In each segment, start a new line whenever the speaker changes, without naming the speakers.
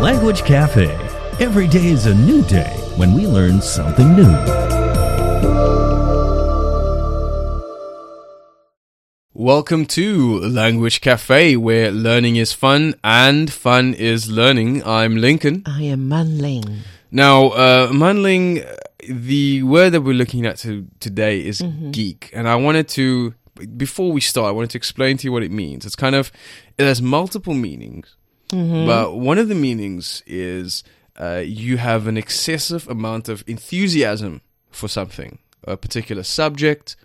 Language Cafe. Every day is a new day when we learn something new.
Welcome to Language Cafe, where learning is fun and fun is learning. I'm Lincoln.
I am Manling.
Now, uh, Manling, the word that we're looking at to, today is geek. And I wanted to, before we start, I wanted to explain to you what it means. It's kind of, it has multiple meanings, but one of the meanings is uh, you have an excessive amount of enthusiasm for something, a particular subject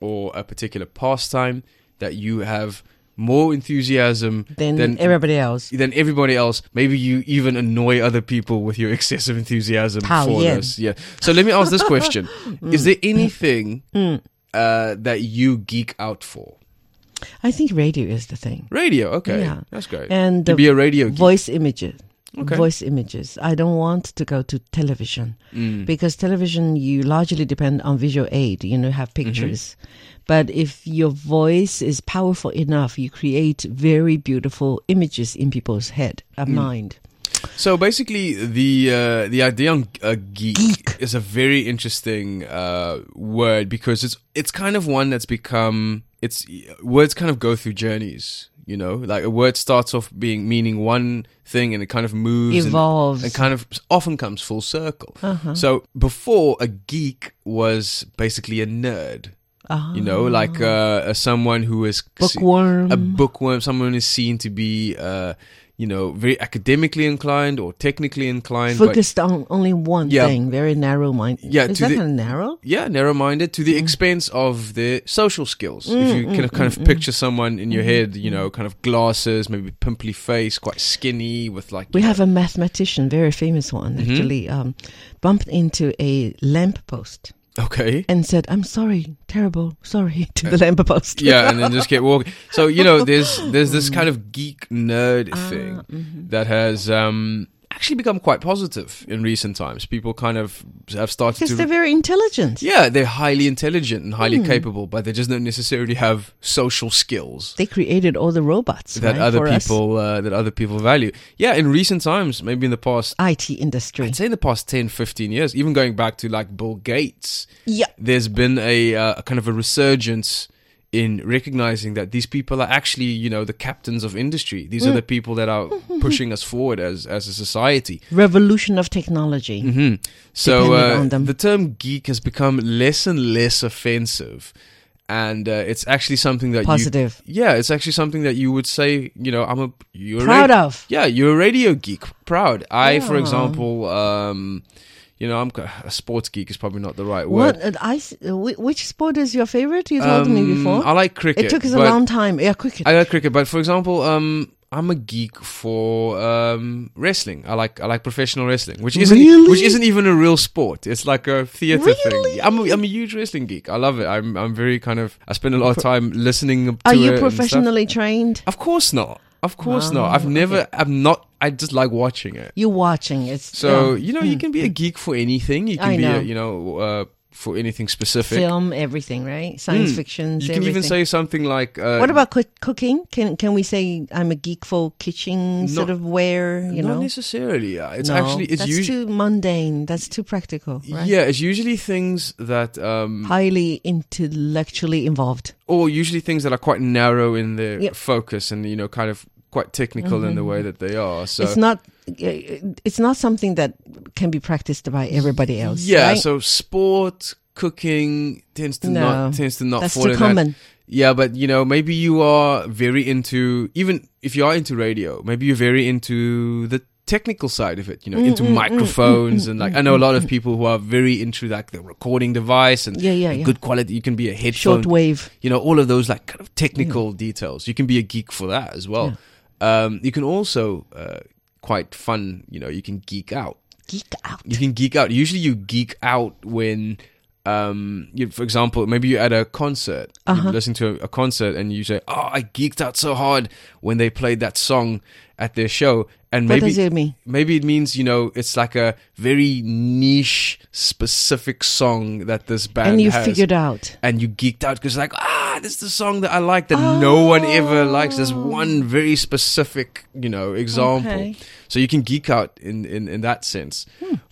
or a particular pastime that you have more enthusiasm
Then, everybody else.
than everybody else. Maybe you even annoy other people with your excessive enthusiasm
Pao
for
yan.
this. Yeah. So let me ask this question:
Mm.
Is there anything uh, that you geek out for?
I think radio is the thing.
Radio. Okay,
Yeah.
that's great.
And
to
the
be a radio geek.
Voice images.
Okay.
Voice images. I don't want to go to television
Mm.
because television you largely depend on visual aid, you know,
Mm-hmm.
have pictures. But if your voice is powerful enough, you create very beautiful images in people's head and
Mm.
mind.
so basically, the uh, the idea on a geek,
Geek.
is a very interesting uh, word because it's it's kind of one that's become it's words kind of go through journeys. You know, like a word starts off being meaning one thing and it kind of moves and-
Evolves. Uh-huh.
and kind of often comes full circle. So before a geek was basically a nerd,
Ah,
you know, like uh, a someone who is
bookworm.
a bookworm, someone is seen to be, uh, you know, very academically inclined or technically inclined. but-
focused on only one
Yeah.
thing, very narrow mind.
Yeah,
is
to
that
the-
kind of narrow?
yeah, narrow-minded to the expense of their social skills. if you kind of kind of picture someone in your head, you know, kind of glasses, maybe pimply face, quite skinny, with like
We have a mathematician, very famous one,
Mm-hmm.
actually, um, bumped into a lamppost
okay,
and said, I'm sorry, terrible, sorry, to the lamppost.
yeah, and then just kept walking. So you know, there's there's this kind of geek nerd thing that has um, actually become quite positive in recent times. People kind of have started
Because
to.
they're very intelligent.
yeah, they're highly intelligent and
Hmm.
highly capable, but they just don't necessarily have social skills
They created all the robots
that
right,
other
for us.
people uh, that other people value. Yeah, in recent times, maybe in the past,
IT industry.
I'd say in the past 10, 15 years, even going back to like Bill Gates,
Yeah.
there's been a, uh, a kind of a resurgence in recognizing that these people are actually, you know, the captains of industry. These
Mm.
are the people that are pushing us forward as as a society.
Revolution of technology.
Mm-hmm. Hmm. So
Dependent
uh,
on them.
the term geek has become less and less offensive, and uh, it's actually something that you-
Positive.
yeah, it's actually something that you would say, you know, I'm a you're a
Proud
ra-
of.
Yeah, you're a radio geek. Proud. I, for
Yeah.
example, um, you know, I'm a sports geek is probably not the right word.
What? uh, I, s- uh, whi- which sport is your favorite? You told me
Um,
before.
I like cricket.
it took us a
but-
long time. Yeah, cricket.
I like cricket, but for example, um, I'm a geek for um, wrestling. I like I like professional wrestling, which isn't
Really?
which isn't even a real sport. It's like a theater
Really?
thing. I'm a, I'm a huge wrestling geek. I love it. I'm I'm very kind of I spend a lot of time listening. To
Are
it
you
and stuff.
professionally trained?
Of course not. Of course not.
Ah,
I've never. I'm not. I just like watching it.
You're watching. It's
So
yeah, Hmm.
you know, you can be a geek for anything. You can
I
be
know.
a, you know uh, for anything specific. Hmm.
film, everything, right? Science fiction.
You can
everything.
even say something like uh,
What about cook cooking? Can can we say I'm a geek for kitchen sort
Not-
of wear? You
not
know,
necessarily. uh, It's
No,
actually it's
that's
usually
too mundane. That's too practical, right?
Yeah, it's usually things that, um,
Highly intellectually involved.
or usually things that are quite narrow in their
Yep.
focus and you know, kind of quite technical in the way that they are. So
Mm-hmm. it's not. uh, It's not something that can be practiced by everybody else.
yeah,
right?
so sport, cooking tends to
No,
not tends to not
that's
fall
too
in
common.
that. Yeah, but you know, maybe you are very into even if you are into radio, maybe you're very into the technical side of it, you know,
Mm,
into microphones and like I know a lot of people who are very into like the recording device and,
Yeah, yeah,
and
yeah.
good quality. You can be a headphone
shortwave.
you know all of those like kind of
Mm.
technical details you can be a geek for that as well um, you can also uh, quite fun you know you can geek out
Geek out.
you can geek out usually you geek out when um, you, for example maybe you're at a concert
Uh-huh.
you listen to a, a concert and you say oh i geeked out so hard when they played that song at their show. And
What
maybe
does it mean?
maybe it means you know it's like a very niche, specific song that this band
and you
has.
figured out.
and you geeked out because like ah this is the song that i like that no one ever likes there's one very specific you know example
Oh. Okay. Hmm.
so you can geek out in in, in that sense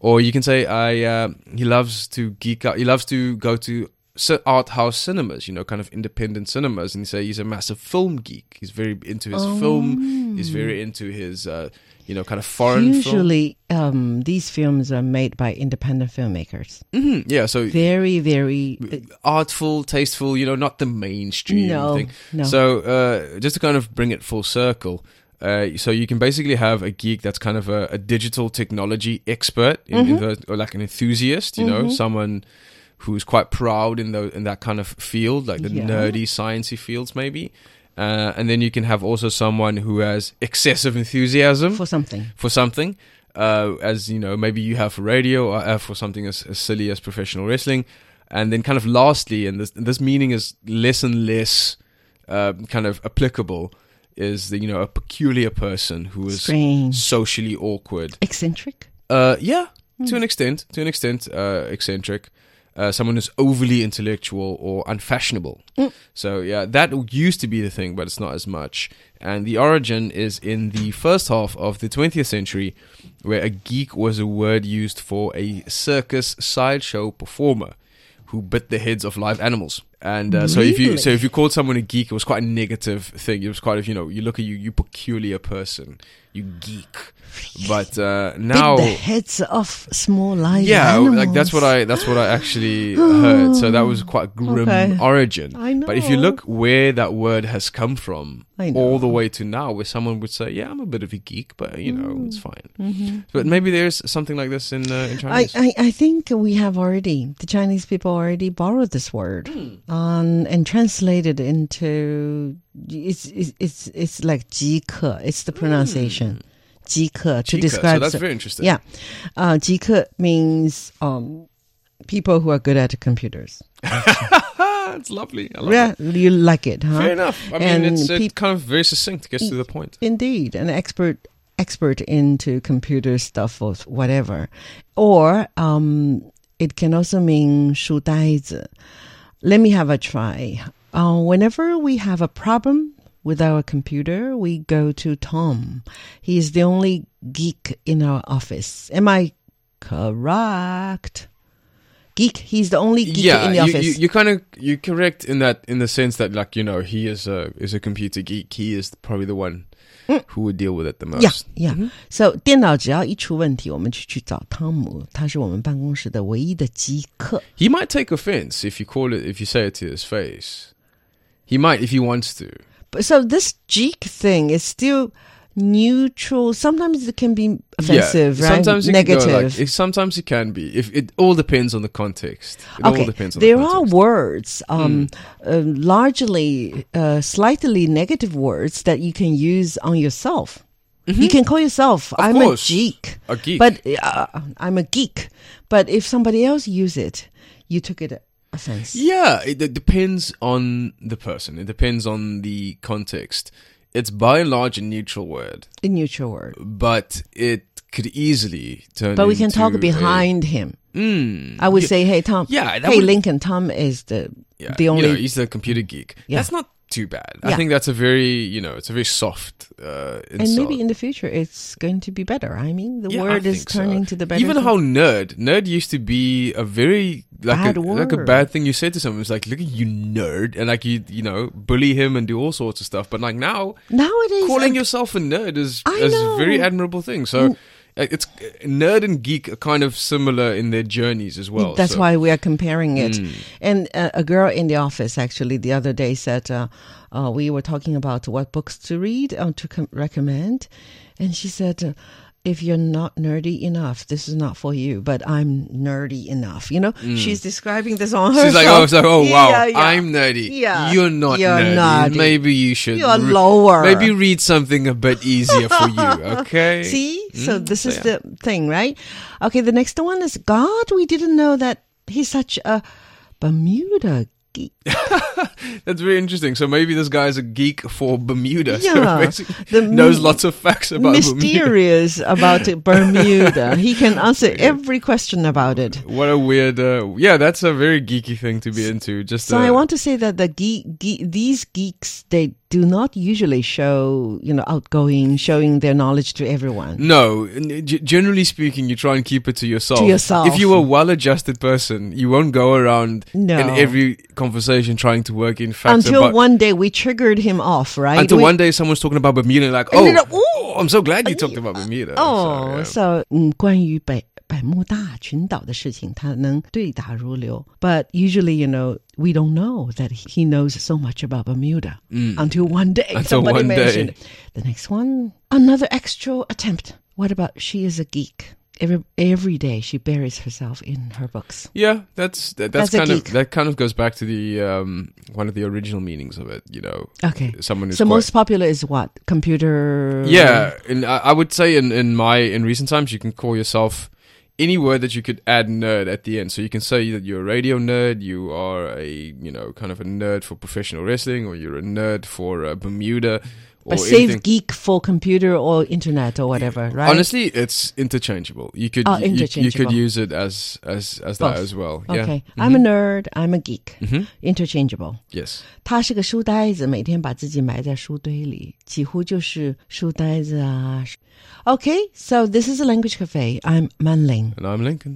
or you can say i uh, he loves to geek out he loves to go to ci- art house cinemas you know kind of independent cinemas and you say he's a massive film geek he's very into his film he's very into his uh, you know kind of foreign film
Oh. Usually, um, these films are made by independent filmmakers.
Mhm, yeah so
Very, very.
Hmm. artful, tasteful, you know, not the mainstream
No,
thing.
no.
So uh, just to kind of bring it full circle. Uh, so you can basically have a geek that's kind of a, a digital technology expert, in,
Mm-hmm.
invert- or like an enthusiast, you know, someone who's quite proud in the in that kind of field, like the
Yeah.
nerdy, sciencey fields, maybe. Uh, and then you can have also someone who has excessive enthusiasm
for something.
for something, uh, as you know, maybe you have for radio or I have for something as, as silly as professional wrestling, and then kind of lastly, and this this meaning is less and less uh, kind of applicable, is the you know a peculiar person who is
Strange.
socially awkward.
Eccentric?
Uh, yeah, to an extent, to an extent, uh, eccentric. Uh, someone who's overly intellectual or unfashionable. So yeah, that used to be the thing, but it's not as much. And the origin is in the first half of the 20th century, where a geek was a word used for a circus sideshow performer who bit the heads of live animals. And uh, so if you so
Really?
if you called someone a geek, it was quite a negative thing. It was quite a you know you look at you you peculiar person, you geek. But uh, now
Bit the heads off small live
yeah,
animals.
like that's what I that's what I actually heard. So that was quite a grim
Okay.
origin.
I
But if you
know.
look where that word has come from,
I know.
all the way to now, where someone would say, "Yeah, I'm a bit of a geek, but you know, it's fine." But maybe there's something like this in uh, in
Mm. Mm-hmm. I,
Chinese.
I, I think we have already, the Chinese people already borrowed this word um, and translated into, it's, it's, it's, it's like 即刻, it's the pronunciation. 即刻,
即刻,
to
so
describe.
that's
so-
very interesting.
Yeah. Uh, 即刻 means um, people who are good at computers.
Ah, it's lovely. I love it.
Yeah, you like it, huh?
Fair enough. I mean,
And
it's uh,
peop- Mm.
kind of very succinct. Gets to the point.
Indeed, an expert expert into computer stuff or whatever, or um, it can also mean 书呆子. Let me have a try. Uh, whenever we have a problem with our computer, we go to Tom. He is the only geek in our office. Am I correct? Geek. He's the only geek in the
you,
office.
You, you kind of you're correct in that in the sense that like you know he is a is a computer geek. He is probably the one who would deal with it the most.
Mm. Yeah, yeah.
Mm-hmm.
So 电脑只要一出问题，我们就去找汤姆，他是我们办公室的唯一的极客。
He might take offense if you call it if you say it to his face. He might if he wants to.
But so this geek thing is still neutral. Sometimes it can be offensive,
yeah.
right?
Sometimes it
Negative.
Can go like, it- sometimes it can be. If it all depends on the context. It
okay,
all depends on
there
the
are
context. Mm.
words, um, uh, largely, uh, slightly negative words that you can use on yourself. You can call yourself, I'm
Mm-hmm. course.
a geek.
A geek.
But uh, I'm a geek. But if somebody else use it, you took it offense.
Yeah, it, it depends on the person. It depends on the context. It's by and large a neutral word,
A neutral word.
but it could easily turn.
But we can
into
talk
a-
behind him.
Mm,
I would
yeah,
say, hey, Tom.
Yeah, that
Hey,
would-
Lincoln, Tom is the
yeah,
the
you
only.
know, he's the computer geek.
Yeah.
That's not too bad. I
Yeah.
think that's a very you know it's a very soft uh,
and
insult.
maybe in the future it's going to be better. I mean, the
Yeah, I
word is
think so.
turning to the better.
Even
thing.
how nerd, nerd used to be a very like
Bad
a, like a
word.
bad thing you said to someone. It's like, look at you nerd, and like you you know bully him and do all sorts of stuff. But like now,
nowadays
calling
uh,
yourself a nerd is
I
is a
know. Mm.
very admirable thing. So uh, it's nerd and geek are kind of similar in their journeys as well.
That's
Oh, So- Hmm.
why we are comparing it. And uh, a girl in the office actually the other day said uh, uh, we were talking about what books to read or to com- recommend, and she said. Uh, if you're not nerdy enough, this is not for you. But I'm nerdy enough. You know, she's describing this on herself.
Hmm. She's like, oh, so, oh wow,
Yeah, yeah.
I'm nerdy.
Yeah.
You're not
You're
nerdy.
nerdy.
Maybe you should.
You're
re-
lower.
Maybe read something a bit easier for you, okay?
See? so this is
Hmm? yeah.
the thing, right? Okay, the next one is God. We didn't know that he's such a Bermuda geek.
That's very interesting. So maybe this guy's a geek for Bermuda.
Yeah,
so basically
the
knows
m-
lots of facts about Bermuda.
Mysterious about Bermuda. he can answer every question about it.
What a weird. Uh, yeah, that's a very geeky thing to be into. Just
So
uh,
I want to say that the geek, geek, these geeks, they do not usually show, you know, outgoing, showing their knowledge to everyone.
No, n- g- generally speaking, you try and keep it to yourself.
To yourself.
If you're a well-adjusted person, you won't go around
No.
in every conversation trying to work in facts
Until
about.
one day we triggered him off, right?
until
We-
one day someone's talking about Bermuda, like,
And
oh,
then, "Ooh."
I'm so glad you talked about Bermuda.
Oh,
yeah.
so, 嗯，关于北百慕大群岛的事情，他能对答如流。But usually, you know, we don't know that he knows so much about Bermuda until one day
Until
somebody
one day.
mentioned it. The next one, another extra attempt. What about she is a geek? Every every day she buries herself in her books.
Yeah, that's that, that's,
That's a
kind of
geek.
that kind of goes back to the um, one of the original meanings of it. You know,
Okay.
someone who's
so
quite-
most popular is what computer.
yeah, and I, I would say in in my in recent times you can call yourself any word that you could add nerd at the end. So you can say that you're a radio nerd, you are a you know kind of a nerd for professional wrestling, or you're a nerd for uh, Bermuda, or
But save
anything.
geek for computer or internet or whatever, right?
Honestly, it's interchangeable. You could
Oh,
you- you- You, could
interchangeable.
use it as as as that
Both.
as well. Yeah.
Okay, I'm a nerd, I'm a geek, interchangeable.
Yes.
他是个书呆子，每天把自己埋在书堆里，几乎就是书呆子啊。Okay, so this is a language cafe. I'm Manling.
And I'm Lincoln.